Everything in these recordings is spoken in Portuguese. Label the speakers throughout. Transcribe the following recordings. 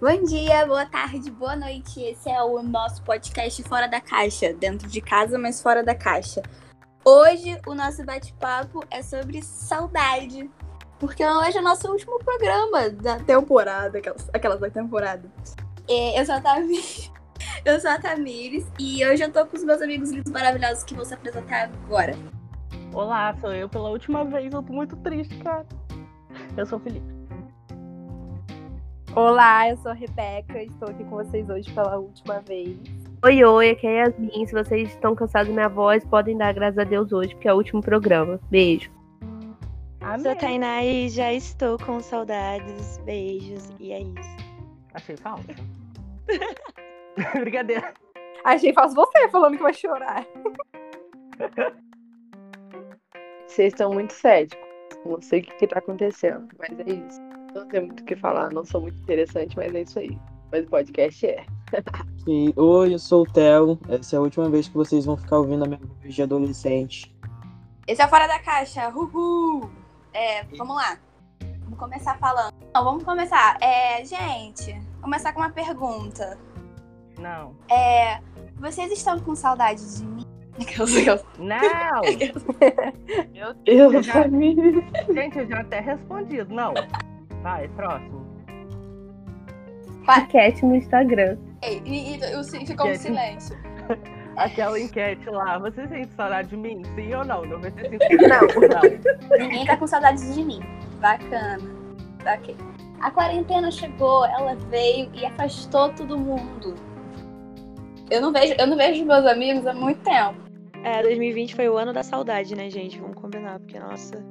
Speaker 1: Bom dia, boa tarde, boa noite. Esse é o nosso podcast Fora da Caixa, dentro de casa, mas fora da caixa. Hoje o nosso bate-papo é sobre saudade, porque hoje é o nosso último programa da temporada, aquelas, aquelas da temporada. É, eu sou a Tamires, eu sou a Tamires e hoje eu tô com os meus amigos lindos maravilhosos que vão se apresentar agora.
Speaker 2: Olá, sou eu pela última vez, eu tô muito triste, cara. Eu sou o Felipe.
Speaker 3: Olá, eu sou a Rebeca, estou aqui com vocês hoje pela última vez.
Speaker 4: Oi, oi, aqui é a Yasmin. Se vocês estão cansados da minha voz, podem dar graças a Deus hoje, porque é o último programa. Beijo.
Speaker 2: Ah,
Speaker 5: Sou a Tainá e já estou com saudades. Beijos. E é isso.
Speaker 2: Achei falso. Brincadeira.
Speaker 3: Achei fácil você falando que vai chorar.
Speaker 6: Vocês estão muito céticos. Não sei o que, que tá acontecendo, mas é isso. Não tenho muito o que falar, não sou muito interessante, mas é isso aí. Mas o podcast é.
Speaker 7: Sim, oi, eu sou o Theo. Essa é a última vez que vocês vão ficar ouvindo a minha voz de adolescente.
Speaker 1: Esse é o Fora da Caixa, uhul! É, vamos lá. Vamos começar falando. Não, vamos começar. É, gente, começar com uma pergunta.
Speaker 2: Não.
Speaker 1: É, vocês estão com saudade de mim? Aquelas- aquelas-
Speaker 2: Não! Meu
Speaker 6: Eu,
Speaker 2: Eu já-
Speaker 6: família.
Speaker 2: Gente, eu já até respondi. Não. Vai, próximo.
Speaker 4: Enquete no Instagram.
Speaker 1: Ei, E, e, o si- ficou um
Speaker 2: Gente.
Speaker 1: silêncio.
Speaker 2: Aquela enquete lá. Você sente saudade de mim? Sim ou não? 95%.
Speaker 1: Ninguém tá com saudades de mim. Bacana. Ok. A quarentena chegou, ela veio e afastou todo mundo. Eu não vejo, eu não vejo meus amigos há muito tempo.
Speaker 5: É, 2020 foi o ano da saudade, né, gente? Vamos combinar, porque, nossa.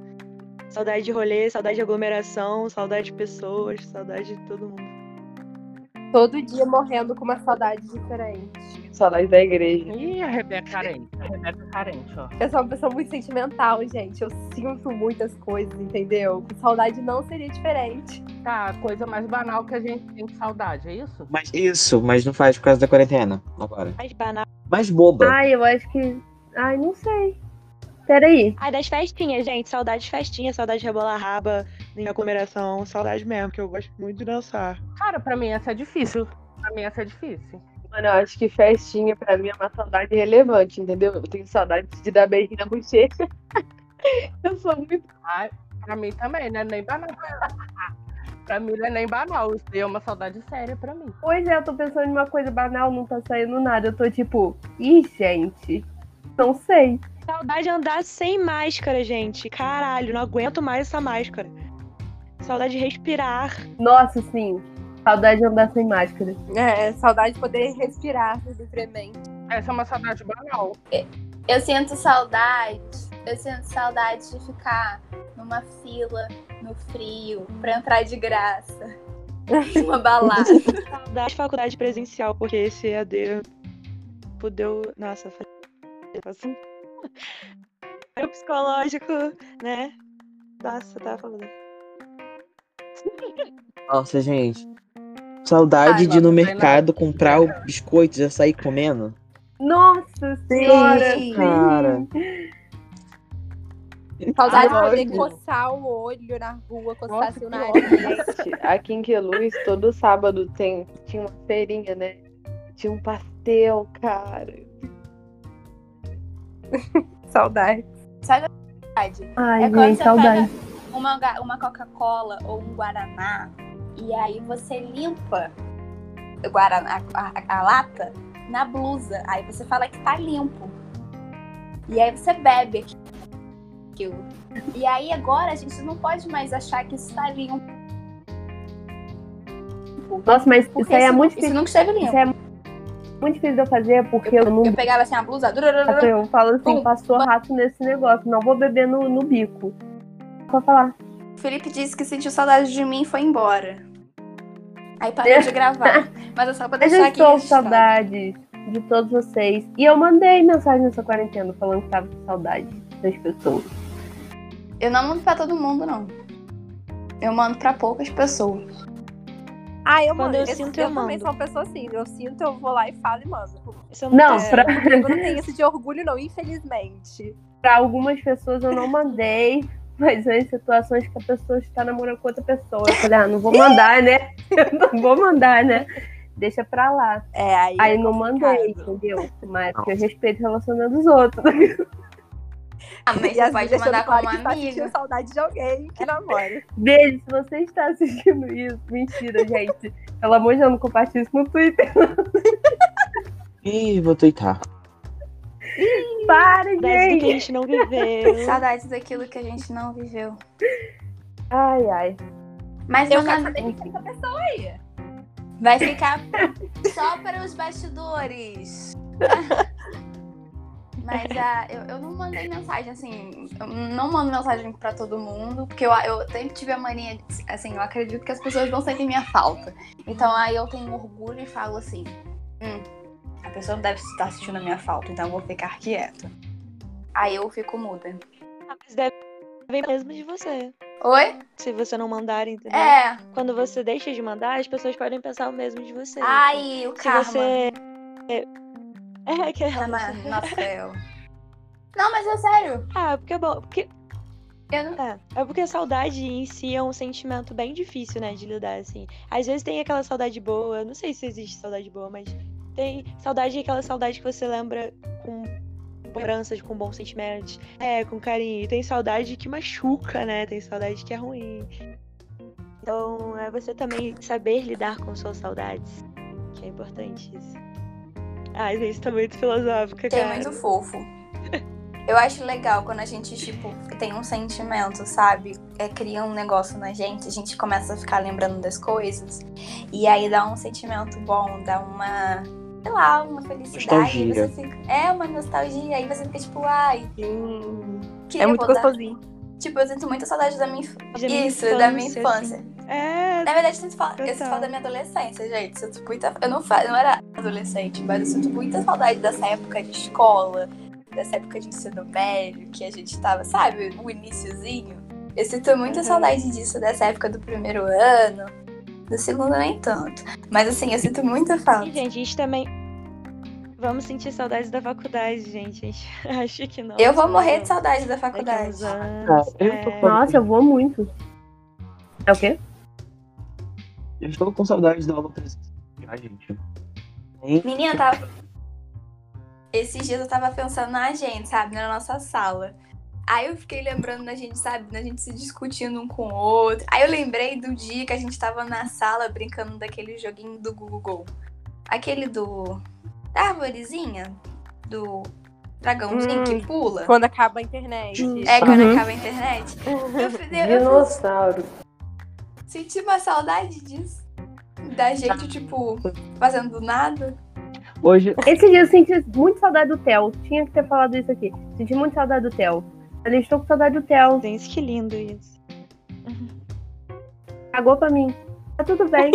Speaker 5: Saudade de rolê, saudade de aglomeração, saudade de pessoas, saudade de todo mundo.
Speaker 3: Todo dia morrendo com uma saudade diferente.
Speaker 6: Saudade da igreja.
Speaker 2: Não. Ih, a Rebeca é carente. A Rebeca carente, ó.
Speaker 3: Eu sou uma pessoa muito sentimental, gente. Eu sinto muitas coisas, entendeu? Com saudade não seria diferente.
Speaker 2: Tá, a coisa mais banal que a gente tem de saudade, é isso?
Speaker 7: Mas isso, mas não faz por causa da quarentena. Agora.
Speaker 5: Ai, de banal.
Speaker 7: Mais boba.
Speaker 4: Ai, eu acho que. Ai, não sei. Peraí.
Speaker 5: Ai, das festinhas, gente. Saudade de festinha, saudade de rebolar raba em aglomeração. Saudade mesmo, que eu gosto muito de dançar.
Speaker 2: Cara, pra mim essa é difícil. Pra mim essa é difícil.
Speaker 6: Mano, eu acho que festinha pra mim é uma saudade relevante, entendeu? Eu tenho saudade de dar beijinho na bochecha. Eu sou muito.
Speaker 2: Pra mim também, não é nem banal. pra mim não é nem banal. Isso daí é uma saudade séria pra mim.
Speaker 4: Pois é, eu tô pensando em uma coisa banal, não tá saindo nada. Eu tô tipo, ih, gente, não sei.
Speaker 5: Saudade de andar sem máscara, gente. Caralho, não aguento mais essa máscara. Saudade de respirar.
Speaker 4: Nossa, sim. Saudade de andar sem máscara.
Speaker 3: É, saudade de poder respirar né, livremente.
Speaker 2: Essa é uma saudade banal.
Speaker 1: Eu sinto saudade, eu sinto saudade de ficar numa fila no frio pra entrar de graça. Uma balada.
Speaker 5: Saudade de faculdade presencial, porque esse EAD fudeu. Nossa, fa- assim. Era o psicológico, né? Nossa, tá falando.
Speaker 7: Nossa, gente. Saudade
Speaker 3: Ai,
Speaker 7: de ir no
Speaker 2: não, não.
Speaker 7: mercado comprar o biscoito e já sair comendo.
Speaker 4: Nossa senhora! sim.
Speaker 7: Cara.
Speaker 3: Saudade de
Speaker 6: Ah,
Speaker 3: poder
Speaker 6: ótimo.
Speaker 3: coçar o olho na rua, coçar
Speaker 2: Nossa,
Speaker 3: assim
Speaker 2: que
Speaker 3: o nariz.
Speaker 6: Gente, aqui em Queluz, todo sábado tem... tinha uma feirinha, né? Tinha um pastel, cara.
Speaker 3: Saudade.
Speaker 1: Sabe a verdade?
Speaker 4: Ai,
Speaker 1: É quando
Speaker 4: gente,
Speaker 1: você
Speaker 4: saudade.
Speaker 1: pega uma, ga- uma Coca-Cola ou um Guaraná e aí você limpa o Guaraná, a, a- a lata na blusa. Aí você fala que tá limpo. E aí você bebe aquilo. E aí agora a gente não pode mais achar que isso tá limpo.
Speaker 4: Nossa, mas isso
Speaker 1: Porque
Speaker 4: aí é
Speaker 1: isso,
Speaker 4: muito
Speaker 1: isso
Speaker 4: difícil.
Speaker 1: nunca esteve limpo.
Speaker 4: Isso é muito difícil de eu fazer porque eu não
Speaker 1: Eu pegava assim a blusa.
Speaker 4: Até Eu falo assim,
Speaker 1: Pum.
Speaker 4: passou rato nesse negócio, não vou beber no, no bico. Pra falar.
Speaker 1: O Felipe disse que sentiu saudade de mim e foi embora. Aí parou de gravar. Mas é só pra
Speaker 4: Eu
Speaker 1: deixar
Speaker 4: já
Speaker 1: aqui.
Speaker 4: estou com
Speaker 1: registrado.
Speaker 4: saudades de todos vocês. E eu mandei mensagem nessa quarentena falando que tava com saudade das pessoas.
Speaker 1: Eu não mando pra todo mundo, não. Eu mando pra poucas pessoas.
Speaker 3: Ah, eu
Speaker 5: Quando
Speaker 3: mando.
Speaker 5: eu
Speaker 3: Esse-
Speaker 5: sinto,
Speaker 3: eu,
Speaker 5: eu
Speaker 3: também
Speaker 5: mando.
Speaker 3: sou uma pessoa assim. Eu sinto, eu vou lá e falo e mando. É.
Speaker 5: Isso é eu
Speaker 4: Não,
Speaker 5: tenho.
Speaker 4: pra,
Speaker 3: Eu não tenho esse de orgulho, não, infelizmente.
Speaker 4: pra algumas pessoas eu não mandei. mas em situações que a pessoa está namorando com outra pessoa. Eu falei, ah, não vou mandar, né? não vou mandar, né? Deixa pra lá.
Speaker 1: É, aí.
Speaker 4: Aí
Speaker 1: é
Speaker 4: não mandei,
Speaker 1: complicado.
Speaker 4: entendeu? Mas porque eu respeito o relacionamento dos outros.
Speaker 1: Ah, mas
Speaker 3: E
Speaker 1: você
Speaker 3: assim,
Speaker 1: pode
Speaker 3: deixando
Speaker 1: mandar
Speaker 3: claro
Speaker 1: como
Speaker 3: que tá sentindo
Speaker 1: amigo.
Speaker 3: saudade de alguém que namora.
Speaker 4: Beijo, se você está assistindo isso. Mentira, gente. Pelo amor de Deus, não compartilhe isso no Twitter.
Speaker 7: Ih, vou tuitar.
Speaker 4: Para,
Speaker 5: Saudades do que a
Speaker 4: gente.
Speaker 5: gente não viveu.
Speaker 1: Saudades daquilo que a gente não viveu.
Speaker 4: Ai, ai.
Speaker 1: Mas
Speaker 3: Eu
Speaker 1: não
Speaker 3: quero
Speaker 1: na-
Speaker 3: saber quem que é essa pessoa.
Speaker 1: vai ficar só para os bastidores. Mas ah, eu, eu não mandei mensagem, assim, eu não mando mensagem pra todo mundo, porque eu, eu sempre tive a mania, de- assim, eu acredito que as pessoas não sentem minha falta. Então aí eu tenho orgulho e falo assim, hum, a pessoa não deve estar assistindo a minha falta, então eu vou ficar quieto. Aí eu fico muda.
Speaker 5: Ah, Mas deve vem mesmo de você.
Speaker 1: Oi?
Speaker 5: Se você não mandar, entendeu?
Speaker 1: É.
Speaker 5: Quando você deixa de mandar, as pessoas podem pensar o mesmo de você.
Speaker 1: Ai, o
Speaker 5: Se
Speaker 1: karma.
Speaker 5: você. É aquela.
Speaker 1: Karma. Nossa, é eu. Não, mas é sério.
Speaker 5: Ah, porque é bom. Porque,
Speaker 1: Eu não...
Speaker 5: é, é porque a saudade em si é um sentimento bem difícil, né, de lidar, assim. Às vezes tem aquela saudade boa, eu não sei se existe saudade boa, mas tem saudade é aquela saudade que você lembra com lembranças, com bons sentimentos, é, com carinho. E tem saudade que machuca, né? Tem saudade que é ruim. Então é você também saber lidar com suas saudades, que é importante isso. Ai, gente, tá muito filosófica,
Speaker 1: Achei
Speaker 5: cara.
Speaker 1: é muito fofo. Eu acho legal quando a gente, tipo, tem um sentimento, sabe? É, cria um negócio na gente, a gente começa a ficar lembrando das coisas. E aí dá um sentimento bom, dá uma. Sei lá, uma felicidade. aí
Speaker 7: Nostalgia.
Speaker 1: você fica- É uma nostalgia. Aí você fica tipo, ai, que
Speaker 3: É muito
Speaker 1: gostoso.
Speaker 3: gostosinho.
Speaker 1: Tipo, eu sinto muita saudade da minha, inf...
Speaker 5: Da minha
Speaker 1: Isso, da minha
Speaker 5: infância,
Speaker 1: infância.
Speaker 5: assim. É,
Speaker 1: Na verdade, eu sinto falta, eu
Speaker 5: Total.
Speaker 1: sinto falta da minha adolescência, gente. Sinto muita... Eu não, fa... eu não era adolescente, mas eu sinto muita saudade dessa época de escola, dessa época de ensino médio, que a gente tava, sabe, o iniciozinho. Eu sinto muita
Speaker 5: Uhum.
Speaker 1: saudade disso, dessa época do primeiro ano. Do segundo, nem tanto. Mas assim, eu sinto muita falta.
Speaker 5: Sim, gente, a gente também. Vamos sentir saudades da faculdade, gente. A gente acha que não.
Speaker 1: Eu vou morrer de saudade da
Speaker 5: é. Daqui a uns
Speaker 1: faculdade.
Speaker 5: anos,
Speaker 7: Ah, eu tô
Speaker 5: é.
Speaker 7: falando-
Speaker 4: Nossa, eu vou muito. É o quê?
Speaker 7: Eu estou com saudades da aula presencial, já, gente. Nem
Speaker 1: Menina, eu tava. Esses dias eu tava pensando na gente, sabe? Na nossa sala. Aí eu fiquei lembrando da gente, sabe? Da gente se discutindo um com o outro. Aí eu lembrei do dia que a gente tava na sala brincando daquele joguinho do Google. Aquele do. Da arvorezinha? Do dragãozinho que pula.
Speaker 3: Quando acaba a internet.
Speaker 1: É quando
Speaker 4: Hum. Uhum.
Speaker 1: acaba a internet. Eu, fiz- eu- eu
Speaker 6: Dinossauro.
Speaker 1: senti uma saudade disso. Da gente, tipo, fazendo nada.
Speaker 7: Hoje,
Speaker 4: Esse dia eu senti muito saudade do Theo. Tinha que ter falado isso aqui. Senti muito saudade do Theo. Falei, estou com saudade do Theo.
Speaker 5: Gente, É, que lindo isso.
Speaker 4: Cagou pra mim. Tá tudo bem.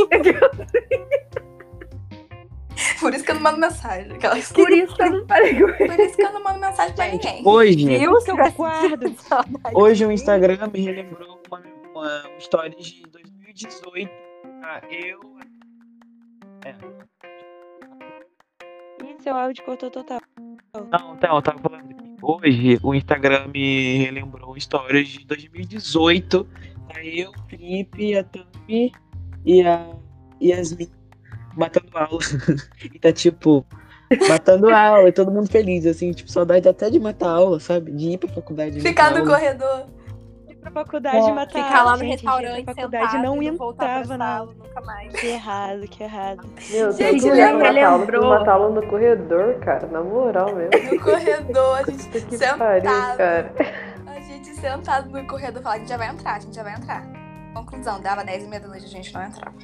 Speaker 1: Por isso que eu não mando mensagem. Aquelas...
Speaker 4: Por isso que eu não parei com
Speaker 1: Por isso que eu não mando mensagem pra ninguém.
Speaker 7: hoje,
Speaker 3: Eu
Speaker 5: que eu guardo.
Speaker 7: hoje o Instagram me relembrou uma, uma uma história de 2018. Ah, eu.
Speaker 5: Ih, seu áudio cortou total.
Speaker 7: Não, não, eu tava falando aqui. Hoje o Instagram me relembrou histórias de 2018. Tá eu, o Felipe, a Tampi e a Yasmin matando aula. e tá tipo. Matando aula e todo mundo feliz, assim, tipo, saudade até de matar aula, sabe? De ir pra faculdade. de
Speaker 1: Ficar
Speaker 7: matar
Speaker 1: no
Speaker 7: aula.
Speaker 1: corredor.
Speaker 5: Ir pra faculdade matar.
Speaker 3: Ficar lá no
Speaker 5: Gente, a gente ia pra
Speaker 3: restaurante
Speaker 5: faculdade
Speaker 3: sentado,
Speaker 5: não
Speaker 3: não né? voltar
Speaker 5: entrava
Speaker 3: pra
Speaker 5: na
Speaker 3: sala nunca mais.
Speaker 5: Que errado, que errado.
Speaker 6: Meu Deus,
Speaker 1: Gente,
Speaker 6: eu
Speaker 1: já
Speaker 6: queria
Speaker 1: me
Speaker 6: matar aula,
Speaker 4: lembrou.
Speaker 6: matar aula no corredor, cara. Na moral mesmo.
Speaker 1: No corredor, a gente,
Speaker 6: Puta que
Speaker 1: Sentado.
Speaker 6: pariu, cara.
Speaker 1: a gente sentado no corredor falando, a gente já vai entrar, a gente já vai entrar. Conclusão, dava 10 e meia da noite a gente não entrava.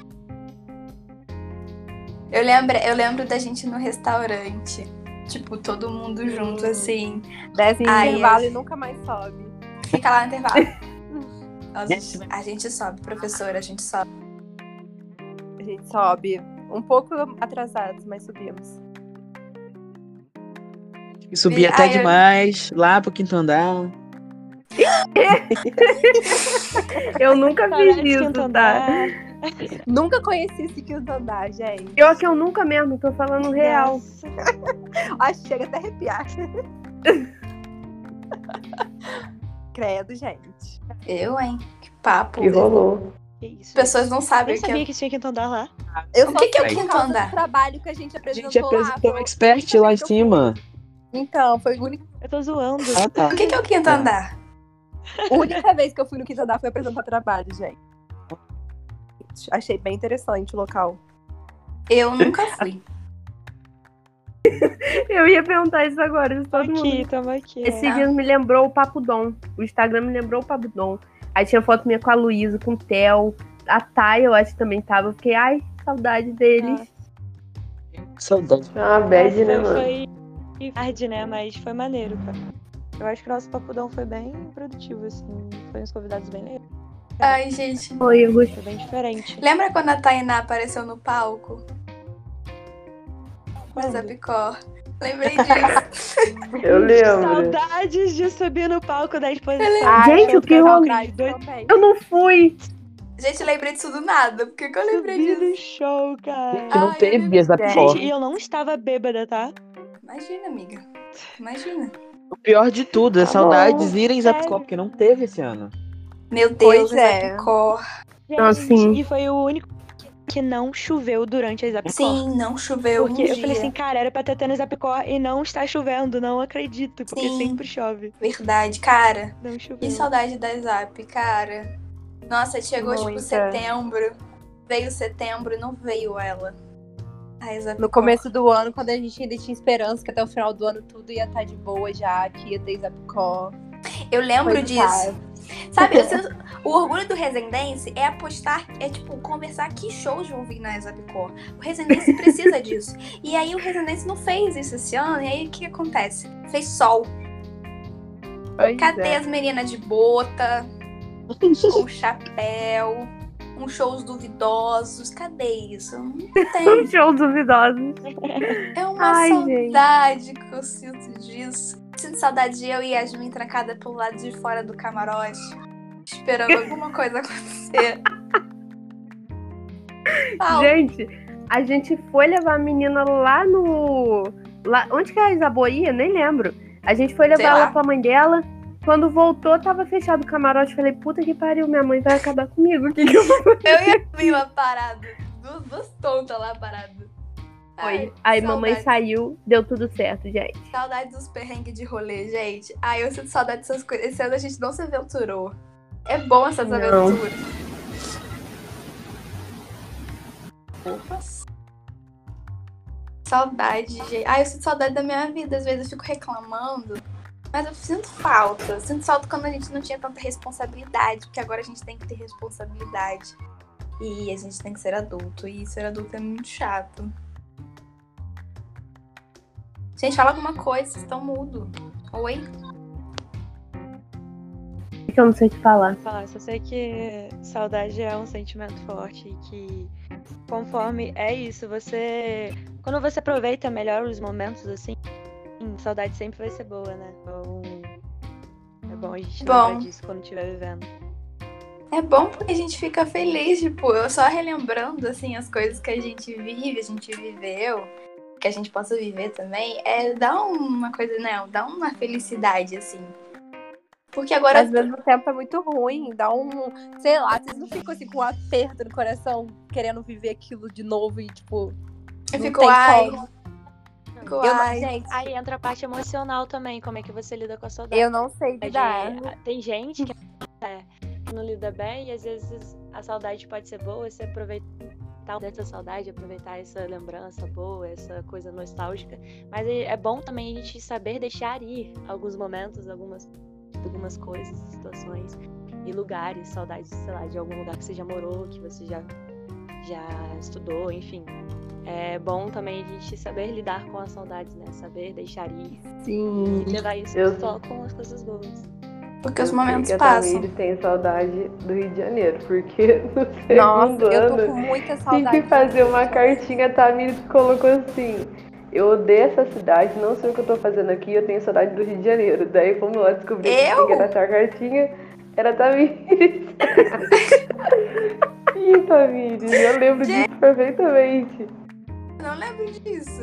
Speaker 1: Eu lembro, eu lembro da gente no restaurante. Tipo, todo mundo junto, assim.
Speaker 3: Desce em
Speaker 1: Ai,
Speaker 3: intervalo
Speaker 1: é.
Speaker 3: e nunca mais sobe.
Speaker 1: Fica lá no intervalo. A gente, a gente sobe, professora, a gente sobe.
Speaker 3: A gente sobe. Um pouco atrasados, mas subimos.
Speaker 7: E subir até
Speaker 1: Ai, eu-
Speaker 7: demais, lá pro quinto andar.
Speaker 4: Eu nunca fiz
Speaker 5: Saudades,
Speaker 4: isso,
Speaker 5: quinto
Speaker 4: tá?
Speaker 5: andar.
Speaker 3: Nunca conheci esse quinto andar, gente.
Speaker 4: Pior que eu nunca mesmo, tô falando real.
Speaker 5: Nossa.
Speaker 3: Acho que chega até a arrepiar. Credo, gente.
Speaker 1: Eu, hein? Que papo.
Speaker 6: E rolou.
Speaker 5: Que isso?
Speaker 1: As pessoas não sabem
Speaker 5: Nem
Speaker 1: o que é
Speaker 5: sabia que tinha quinto andar lá.
Speaker 3: Eu
Speaker 1: O
Speaker 3: só
Speaker 1: que que é o
Speaker 3: sei por
Speaker 1: quinto
Speaker 3: causa do
Speaker 1: andar?
Speaker 3: trabalho que a gente
Speaker 7: A
Speaker 3: apresentou,
Speaker 7: gente apresentou
Speaker 3: lá.
Speaker 7: um
Speaker 3: foi-
Speaker 7: expert lá em cima.
Speaker 3: Então, foi a única,
Speaker 5: Eu tô zoando.
Speaker 7: Ah, tá.
Speaker 1: O que, que é o quinto andar?
Speaker 3: única vez que eu fui no quinto andar foi apresentar trabalho, gente. Achei bem interessante o local.
Speaker 1: Eu nunca fui.
Speaker 4: Eu ia perguntar isso agora, se todo
Speaker 5: aqui,
Speaker 4: mundo.
Speaker 5: tamo aqui.
Speaker 4: Esse dia me lembrou o Papo Dom. O Instagram me lembrou o Papo Dom. Aí tinha foto minha com a Luísa, com o Theo. A Thay, eu acho que também tava. Eu Fiquei, ai, saudade deles.
Speaker 7: Que saudade.
Speaker 6: É uma bad, né,
Speaker 5: Nossa,
Speaker 6: mano?
Speaker 5: Foi tarde, né? Mas foi maneiro, cara. Eu acho que o nosso papudão foi bem produtivo, assim. Foi uns convidados bem legais.
Speaker 1: Ai, gente.
Speaker 4: Oi, eu gostei.
Speaker 5: Foi bem diferente.
Speaker 1: Lembra quando a Tainá apareceu no palco? Mas a Picó. Lembrei disso.
Speaker 6: Eu lembro. Ah,
Speaker 5: Saudades de subir no palco da exposição.
Speaker 4: Ai, gente, o que rolou?
Speaker 5: Dois
Speaker 3: Também.
Speaker 4: Eu não fui.
Speaker 1: gente, lembrei disso do nada. Por que, que eu lembrei
Speaker 5: subir
Speaker 1: disso? É.
Speaker 5: no show, cara.
Speaker 7: Que não
Speaker 1: Ai,
Speaker 7: teve
Speaker 1: lembrei.
Speaker 7: as da pior.
Speaker 5: Gente, e eu não estava bêbada, tá?
Speaker 1: Imagina, amiga. Imagina.
Speaker 7: O pior de tudo é
Speaker 6: Tá
Speaker 7: saudades irem em
Speaker 5: sério.
Speaker 7: Zapcó, porque não teve esse ano.
Speaker 1: Meu
Speaker 3: Pois
Speaker 1: Deus,
Speaker 3: é.
Speaker 1: a Picó.
Speaker 5: Gente,
Speaker 6: Ah,
Speaker 4: Assim.
Speaker 5: E foi o único que não choveu durante a Zapcor.
Speaker 1: Sim, não choveu
Speaker 5: Porque
Speaker 1: um
Speaker 5: eu
Speaker 1: dia.
Speaker 5: falei assim, cara, era pra ter tendo Zapcor e não está chovendo, não acredito, porque
Speaker 1: Sim.
Speaker 5: sempre chove.
Speaker 1: Verdade, cara.
Speaker 5: Não choveu.
Speaker 1: Que saudade da Zap, cara. Nossa, chegou tipo
Speaker 3: Muita.
Speaker 1: setembro. Veio setembro, não veio ela. A Zap
Speaker 3: No começo do ano, quando a gente ainda tinha esperança que até o final do ano tudo ia estar de boa já, que ia ter Zapcó.
Speaker 1: Eu lembro
Speaker 3: Coisa
Speaker 1: disso. Sabe, eu sinto- o orgulho do Resendense é apostar, é tipo, conversar que shows vão vir na Exabicor. O Resendense precisa disso. E aí o Resendense não fez isso esse ano, e aí o que acontece? Fez sol.
Speaker 4: Pois
Speaker 1: Cadê
Speaker 4: é.
Speaker 1: as meninas de bota, com chapéu, com shows duvidosos? Cadê isso? Não tem.
Speaker 4: Show duvidoso.
Speaker 1: É uma
Speaker 4: Ai,
Speaker 1: saudade que eu sinto disso. Sinto saudade de eu e Yasmin trancada pelo lado de fora do camarote, esperando alguma coisa acontecer. Falta.
Speaker 4: Gente, a gente foi levar a menina lá no. Lá... Onde que é a Isabô ia? Nem lembro. A gente foi
Speaker 1: Sei
Speaker 4: levar
Speaker 1: lá.
Speaker 4: ela pra mãe dela. Quando voltou, tava fechado o camarote. Falei, puta que pariu, minha mãe vai acabar comigo. O que que eu vou
Speaker 1: Eu e a Yasmin lá parado. Duas, duas tontas lá parado.
Speaker 4: fazer? Aí mamãe
Speaker 1: saudade.
Speaker 4: saiu, deu tudo certo, gente.
Speaker 1: Saudade dos perrengues de rolê, gente. Ai, eu sinto saudade dessas coisas. Esse ano a gente não se aventurou. É bom essas
Speaker 4: Não.
Speaker 1: aventuras. Opa. Saudade, gente. Ai, eu sinto saudade da minha vida. Às vezes eu fico reclamando. Mas eu sinto falta. Eu sinto falta quando a gente não tinha tanta responsabilidade. Porque agora a gente tem que ter responsabilidade. E a gente tem que ser adulto. E ser adulto é muito chato. Gente, fala alguma coisa, vocês estão mudo. Oi?
Speaker 4: Que eu não sei o que falar.
Speaker 5: falar, só sei que saudade é um sentimento forte e que conforme é isso, você. Quando você aproveita melhor os momentos assim, saudade sempre vai ser boa, né? Então, é bom a gente
Speaker 1: Bom.
Speaker 5: lembrar disso quando estiver vivendo.
Speaker 1: É bom porque a gente fica feliz, tipo, eu só relembrando, assim, as coisas que a gente vive, a gente viveu, que a gente possa viver também, é dá uma coisa, né? Dá uma felicidade, assim. Porque agora.
Speaker 3: Mas ao mesmo tempo é muito ruim, dá um, sei lá, vocês não ficam assim com um aperto no coração, querendo viver aquilo de novo e tipo.
Speaker 1: Eu
Speaker 3: não
Speaker 1: fico,
Speaker 3: tem
Speaker 1: ai,
Speaker 3: como.
Speaker 1: fico,
Speaker 3: Eu, não-
Speaker 1: ai,
Speaker 3: gente,
Speaker 5: Aí entra a parte emocional também, como é que você lida com a saudade.
Speaker 3: eu não sei lidar.
Speaker 5: Tem gente que é, que não lida bem e às vezes a saudade pode ser boa, você aproveitar essa saudade, aproveitar essa lembrança boa, essa coisa nostálgica. Mas é é bom também a gente saber deixar ir alguns momentos, algumas, algumas coisas, situações e lugares, saudades, sei lá, de algum lugar que você já morou, que você já, já estudou, enfim. É bom também a gente saber lidar com as saudades, né? Saber deixar ir
Speaker 3: Sim.
Speaker 5: e levar isso
Speaker 6: Eu-
Speaker 5: só com as coisas boas.
Speaker 1: porque os
Speaker 6: Eu sei
Speaker 1: momentos
Speaker 6: que a
Speaker 1: passam.
Speaker 6: Tamires tem saudade do Rio de Janeiro, porque no segundo
Speaker 3: Nossa, eu tô com
Speaker 6: ano
Speaker 3: muita
Speaker 6: tive
Speaker 3: saudade.
Speaker 6: que fazer uma cartinha, a Tamires colocou assim. Eu odeio essa cidade, não sei o que eu tô fazendo aqui, eu tenho saudade do Rio de Janeiro. Daí fomos lá descobrir que
Speaker 1: Eu?
Speaker 6: quem ia achar a cartinha era a Tamires. Ih, Tamires, eu lembro disso perfeitamente.
Speaker 1: Eu não lembro disso.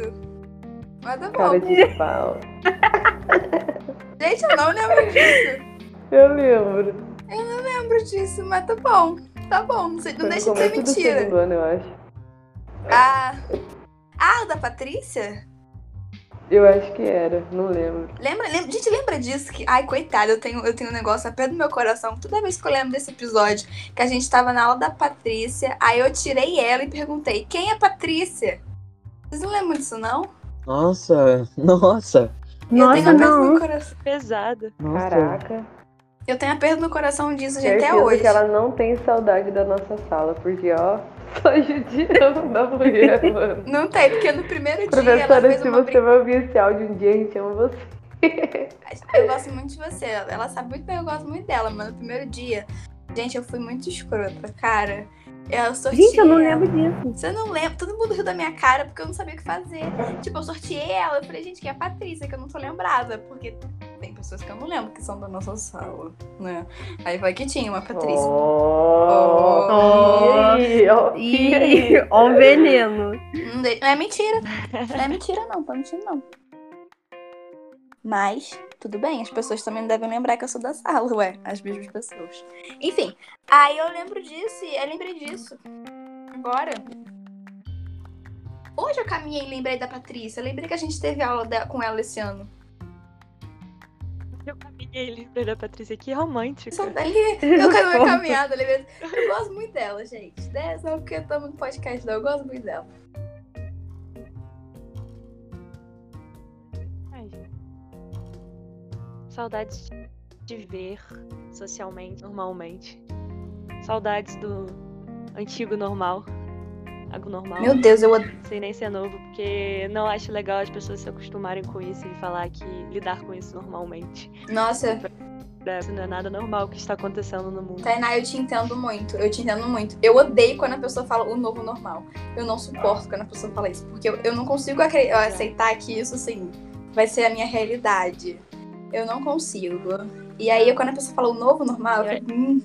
Speaker 1: Mas tá bom.
Speaker 6: Cara de pau.
Speaker 1: Gente, eu não lembro disso.
Speaker 6: Eu lembro.
Speaker 1: lembro disso, mas tá bom. Tá bom, não, sei- não
Speaker 6: Foi no
Speaker 1: deixa de ser
Speaker 6: começo do
Speaker 1: mentira.
Speaker 6: segundo ano, eu acho.
Speaker 1: Ah, ah, o da Patrícia?
Speaker 6: Eu acho que era, não lembro.
Speaker 1: Lembra, lembra, gente, lembra disso? Que, ai, coitada, eu tenho, eu tenho um negócio a pé do meu coração. Toda vez que eu lembro desse episódio, que a gente tava na aula da Patrícia, aí eu tirei ela e perguntei, quem é Patrícia? Vocês não lembram disso, não?
Speaker 7: Nossa, nossa,
Speaker 1: eu tenho
Speaker 4: Nossa,
Speaker 1: a perda
Speaker 4: não.
Speaker 1: no coração.
Speaker 5: Pesado.
Speaker 7: nossa.
Speaker 6: Caraca.
Speaker 1: Eu tenho a perda no coração disso, gente, até
Speaker 6: Certeza
Speaker 1: hoje.
Speaker 6: que ela não tem saudade da nossa sala, porque ó, só judiando da mulher, mano.
Speaker 1: Não tem, porque no primeiro dia ela
Speaker 6: Professora,
Speaker 1: fez
Speaker 6: se
Speaker 1: uma
Speaker 6: você vai ouvir esse áudio um dia, a gente ama você.
Speaker 1: Eu gosto muito de você. Ela sabe muito bem, eu gosto muito dela, mas no primeiro dia, gente, eu fui muito escrota, cara. Eu sorteei.
Speaker 4: Gente, eu não lembro disso.
Speaker 1: Você não lembra? Todo mundo riu da minha cara porque eu não sabia o que fazer. Tipo, eu sorteei ela. Eu falei, gente, que é a Patrícia, que eu não tô lembrada. Porque tem pessoas que eu não lembro que são da nossa sala, né? Aí vai que tinha uma Patrícia.
Speaker 6: Oh.
Speaker 4: Oh.
Speaker 6: E aí, ó, e aí?
Speaker 4: Ih, ó o veneno.
Speaker 1: Não, de- não é mentira. Não é mentira, não. Tá mentindo, não. Mas, tudo bem, as pessoas também devem lembrar que eu sou da sala, ué. As mesmas pessoas. Enfim, aí eu lembro disso e eu lembrei disso. Agora. Hoje eu caminhei e lembrei da Patrícia. Eu lembrei que a gente teve aula de- com ela esse ano.
Speaker 5: Eu caminhei lembra da Patrícia, que romântica.
Speaker 1: Só dali, eu quero minha caminhada, lembrei. Eu gosto muito dela, gente. Né? Só porque estamos no podcast, não. Eu gosto muito dela.
Speaker 5: Ai, gente. Saudades de- de ver socialmente, normalmente. Saudades do antigo normal. Algo normal.
Speaker 1: Meu Deus, eu
Speaker 5: Sem nem ser novo, porque não acho legal as pessoas se acostumarem com isso e falar que lidar com isso normalmente.
Speaker 1: Nossa.
Speaker 5: Pra- Isso não é nada normal que está acontecendo no mundo.
Speaker 1: Tainá, eu te entendo muito, eu te entendo muito. Eu odeio quando a pessoa fala o novo normal. Eu não suporto quando a pessoa fala isso, porque eu, eu não consigo acre- aceitar que isso, assim, vai ser a minha realidade. Eu não consigo. E aí, eu- quando a pessoa fala o novo normal, eu fico, hum,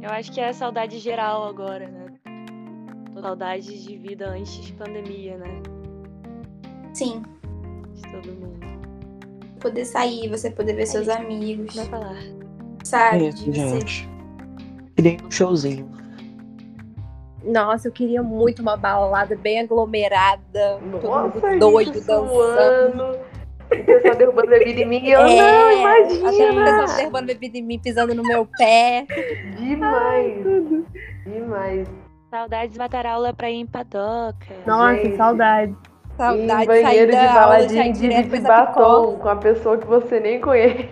Speaker 5: Eu acho que é a saudade geral agora, né? Saudades de vida antes pandemia, né?
Speaker 1: sim,
Speaker 5: De todo mundo.
Speaker 1: poder sair, você poder ver seus amigos,
Speaker 5: Vai falar.
Speaker 1: sabe?
Speaker 7: É,
Speaker 1: De você.
Speaker 7: gente. Queria ir num um showzinho.
Speaker 3: Nossa, eu queria muito uma balada bem aglomerada. todo
Speaker 6: Nossa,
Speaker 3: mundo
Speaker 6: gente,
Speaker 3: doido, dançando.
Speaker 6: suando. O pessoal derrubando bebida em mim. Eu não,
Speaker 3: É,
Speaker 6: imagina.
Speaker 3: A pessoa derrubando bebida em mim, pisando no meu pé.
Speaker 6: Demais. Demais.
Speaker 5: Saudades de matar aula pra ir em padoca.
Speaker 4: Nossa,
Speaker 6: Gente.
Speaker 4: saudade.
Speaker 3: Saudade
Speaker 6: em
Speaker 3: de sair
Speaker 6: Um banheiro de
Speaker 3: da aula, já
Speaker 6: baladinha
Speaker 3: ir
Speaker 6: de,
Speaker 3: direto
Speaker 6: de
Speaker 3: pra essa picoca.
Speaker 6: batom com a pessoa que você nem conhece.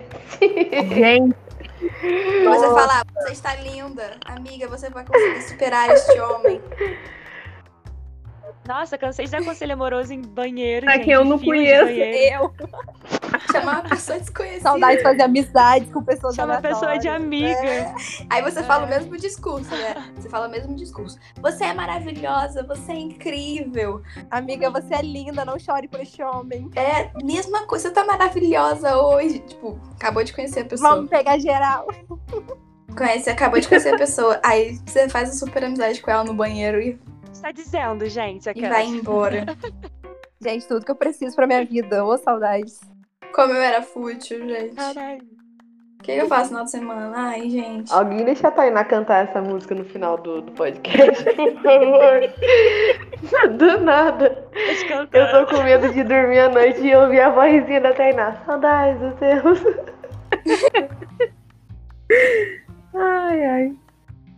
Speaker 4: Gente,
Speaker 1: Você falar, você está linda, amiga, você vai conseguir superar este homem.
Speaker 5: Nossa, cansei de dar conselho amoroso em banheiro.
Speaker 4: Pra
Speaker 5: gente,
Speaker 4: quem eu não
Speaker 5: fila de
Speaker 4: conheço.
Speaker 5: banheiro.
Speaker 3: Eu,
Speaker 1: Chamar uma pessoa desconhecida.
Speaker 3: saudade de fazer amizade com pessoas
Speaker 5: Chama a pessoa de
Speaker 3: aleatórias.
Speaker 5: amiga.
Speaker 1: Aí você fala o
Speaker 3: É.
Speaker 1: mesmo discurso, né? Você fala o mesmo discurso. Você é maravilhosa, você é incrível.
Speaker 3: Amiga, você é linda, não chore por este homem.
Speaker 1: É a mesma coisa, você tá maravilhosa hoje. Tipo, acabou de conhecer a pessoa.
Speaker 3: Vamos pegar geral.
Speaker 1: Conhece, acabou de conhecer a pessoa. Aí você faz a super amizade com ela no banheiro e,
Speaker 5: Está tá dizendo, gente,
Speaker 1: e
Speaker 5: aquela.
Speaker 1: vai embora.
Speaker 3: Gente, tudo que eu preciso pra minha vida. Ô, saudades.
Speaker 1: Como eu era fútil, gente.
Speaker 5: Caralho.
Speaker 1: O que eu faço no final de semana? Ai, gente.
Speaker 3: Ah.
Speaker 6: Alguém deixa a Tainá cantar essa música no final do, do podcast, por favor. Do nada.
Speaker 5: Deixa eu
Speaker 6: Eu tô
Speaker 5: cantar.
Speaker 6: com medo de dormir à noite e ouvir a vozinha da Tainá. Saudades do seu.
Speaker 4: ai, ai.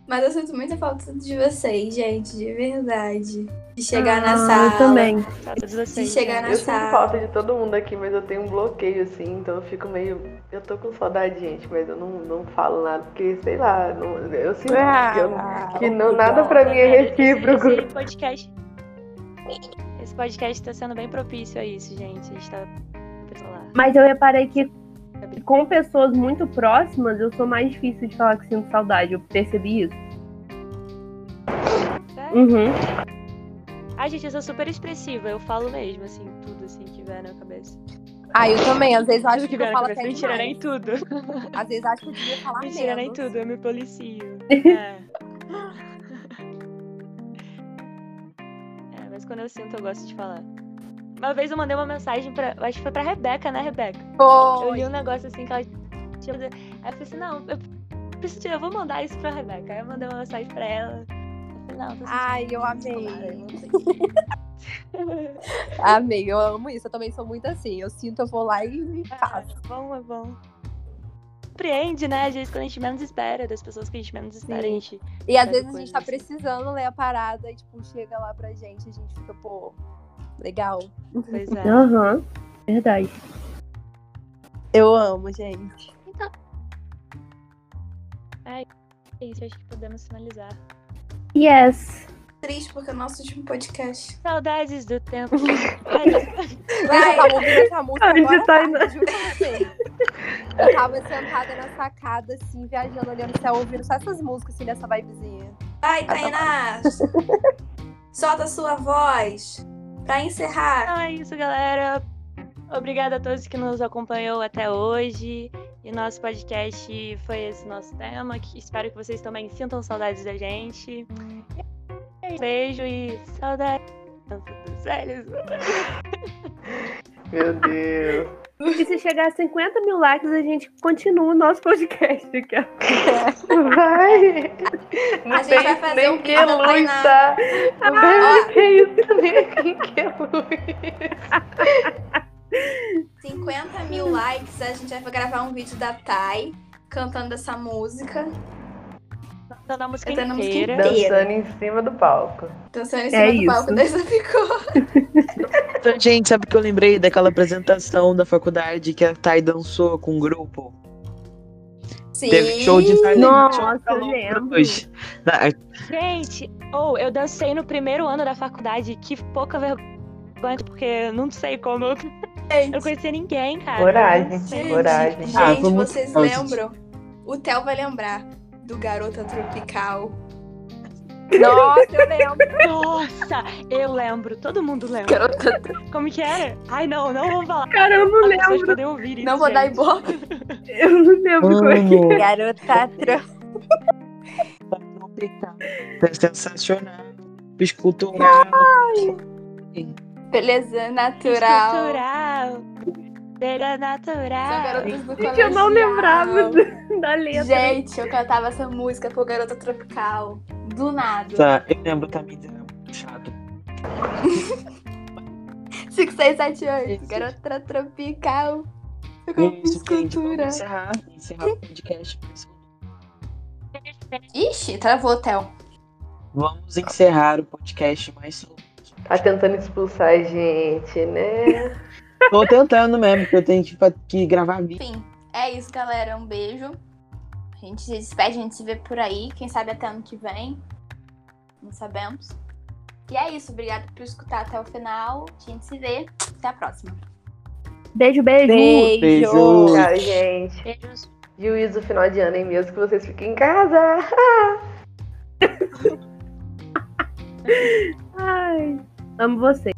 Speaker 1: Mas eu sinto muita falta de vocês, gente, de verdade. De chegar na
Speaker 4: Ah,
Speaker 1: sala.
Speaker 4: Eu também.
Speaker 5: Saudades de vocês,
Speaker 1: chegar
Speaker 5: gente.
Speaker 1: na
Speaker 6: Eu sinto
Speaker 1: Engraçado.
Speaker 6: falta de todo mundo aqui, mas eu tenho um bloqueio, assim, então eu fico meio. Eu tô com saudade, gente, mas eu não, não falo nada, porque, sei lá, não- eu sinto
Speaker 3: Ah,
Speaker 6: que, eu- que não, nada
Speaker 3: né,
Speaker 6: pra mim é recíproco.
Speaker 5: Esse podcast. Esse podcast tá sendo bem propício a isso, gente. A gente tá. sei lá.
Speaker 4: Mas eu reparei que com pessoas muito próximas, eu sou mais difícil de falar que sinto saudade. Eu percebi isso.
Speaker 5: Sério?
Speaker 4: Uhum.
Speaker 5: Ah, gente, eu sou super expressiva. Eu falo mesmo, assim, tudo assim que vier na cabeça.
Speaker 3: Ah, eu também. Às vezes eu acho que, eu
Speaker 5: vier na
Speaker 3: falo
Speaker 5: cabeça.
Speaker 3: até
Speaker 5: Mentira, né?
Speaker 3: demais.
Speaker 5: nem tudo.
Speaker 3: Às vezes eu acho que eu devia falar
Speaker 5: Mentira, nem
Speaker 3: menos.
Speaker 5: tudo. Eu me policio. É. É, mas quando eu sinto, eu gosto de falar. Uma vez eu mandei uma mensagem pra. Acho que foi pra Rebeca, né, Rebeca? Eu
Speaker 3: Foi.
Speaker 5: li um negócio assim que ela tinha. Aí eu falei assim, não, eu preciso tirar, eu vou mandar isso pra Rebeca. Aí eu mandei uma mensagem pra ela. Eu falei, não, tô
Speaker 3: Ai, eu amei.
Speaker 5: sentindo
Speaker 3: Amei, eu amo isso. Eu também sou muito assim. Eu sinto, eu vou lá e faço.
Speaker 5: É bom, é bom. Surpreende, né? Às vezes quando a gente menos espera, das pessoas que a gente menos espera, a
Speaker 3: Sim.
Speaker 5: gente.
Speaker 3: E às
Speaker 5: Sabe
Speaker 3: vezes a gente tá
Speaker 5: coisas assim.
Speaker 3: precisando ler a parada e, tipo, chega lá pra gente, a gente fica, pô, legal.
Speaker 5: Pois é.
Speaker 4: Aham, verdade.
Speaker 3: Eu amo, gente.
Speaker 5: É isso, acho que podemos finalizar.
Speaker 4: Yes.
Speaker 1: Triste porque é o nosso último podcast.
Speaker 5: Saudades do tempo. É Ai,
Speaker 3: Vai, eu tava ouvindo essa música
Speaker 4: A gente
Speaker 3: agora à
Speaker 4: tá
Speaker 3: tarde, juro pra você. Eu tava sentada na sacada, assim, viajando, olhando o céu, ouvindo só essas músicas, assim, dessa vibezinha.
Speaker 1: Vai, Tainá! Solta a sua voz pra encerrar.
Speaker 5: então é isso, galera. Obrigada a todos que nos acompanhou até hoje. E nosso podcast foi esse nosso tema. que espero que vocês também sintam saudades da gente. E é isso. Beijo e saudades do tempo dos velhos.
Speaker 6: Meu Deus.
Speaker 4: E se chegar a 50 mil likes, a gente continua o nosso podcast. Que é-
Speaker 6: Vai! Não
Speaker 1: A gente vai fazer
Speaker 6: nem
Speaker 1: um
Speaker 6: que
Speaker 1: vídeo da
Speaker 6: luz,
Speaker 1: Tainá.
Speaker 6: tá? Não
Speaker 1: Ó.
Speaker 6: tem isso, nem que luz.
Speaker 1: 50 mil likes, a gente vai gravar um vídeo da Thay cantando essa música.
Speaker 5: Cantando a música
Speaker 1: Cantando a música
Speaker 5: inteira.
Speaker 1: inteira.
Speaker 6: Dançando em cima do palco.
Speaker 1: Dançando em
Speaker 4: É
Speaker 1: cima do palco da Isapicô.
Speaker 7: Então, gente, sabe o que eu lembrei daquela apresentação da faculdade que a Thay dançou com o grupo?
Speaker 1: Sim.
Speaker 7: Teve show de talento.
Speaker 4: Nossa,
Speaker 7: show de talento
Speaker 4: lembro.
Speaker 7: hoje. Na-
Speaker 5: Gente, ou eu dancei no primeiro ano da faculdade, que pouca vergonha, porque não sei como, eu não conhecia ninguém, cara.
Speaker 6: Coragem,
Speaker 1: Gente,
Speaker 6: coragem.
Speaker 1: gente,
Speaker 7: Ah, vamos-
Speaker 1: vocês
Speaker 7: Ah, gente.
Speaker 1: lembram? O Theo vai lembrar do Garota Tropical.
Speaker 3: Nossa, eu lembro.
Speaker 5: Nossa, eu lembro, todo mundo lembra.
Speaker 3: Garota.
Speaker 5: Como que era? Ai, não, não vou falar.
Speaker 4: Cara, eu não
Speaker 5: As pessoas
Speaker 4: lembro.
Speaker 5: podem ouvir isso.
Speaker 3: Não vou dar
Speaker 5: gente.
Speaker 3: ibope.
Speaker 4: Eu não lembro como é que
Speaker 7: Mano,
Speaker 3: Garota tro...
Speaker 7: é sensacional. Biscoito Ai.
Speaker 1: Beleza natural.
Speaker 5: Natural. Era
Speaker 1: São
Speaker 5: natural.
Speaker 1: garotas do
Speaker 4: Gente, eu não
Speaker 1: colegial.
Speaker 4: lembrava do- da letra.
Speaker 1: Gente, eu cantava essa música com Garota Tropical. Do nada.
Speaker 7: Tá, eu lembro também, era muito chato.
Speaker 1: 5, 6, 7, 8.
Speaker 7: Isso.
Speaker 1: Garota Tropical.
Speaker 7: é Isso, gente, vamos
Speaker 1: Escultura.
Speaker 7: encerrar, encerrar o podcast.
Speaker 1: Ixi, travou, Theo.
Speaker 7: Vamos encerrar o podcast mais solto.
Speaker 6: Tá tentando expulsar a gente, né?
Speaker 7: Tô tentando mesmo, porque eu tenho que, fa- que gravar vídeo.
Speaker 1: Enfim, é isso, galera. Um beijo. A gente se despede, a gente se vê por aí. Quem sabe até ano que vem. Não sabemos. E é isso. Obrigada por escutar até o final. A gente se vê. Até a próxima.
Speaker 4: Beijo, beijo.
Speaker 7: Beijo.
Speaker 6: Tchau, gente.
Speaker 5: Beijos.
Speaker 6: Juízo final de ano, hein? Mesmo que vocês fiquem em casa.
Speaker 4: Ai, amo você.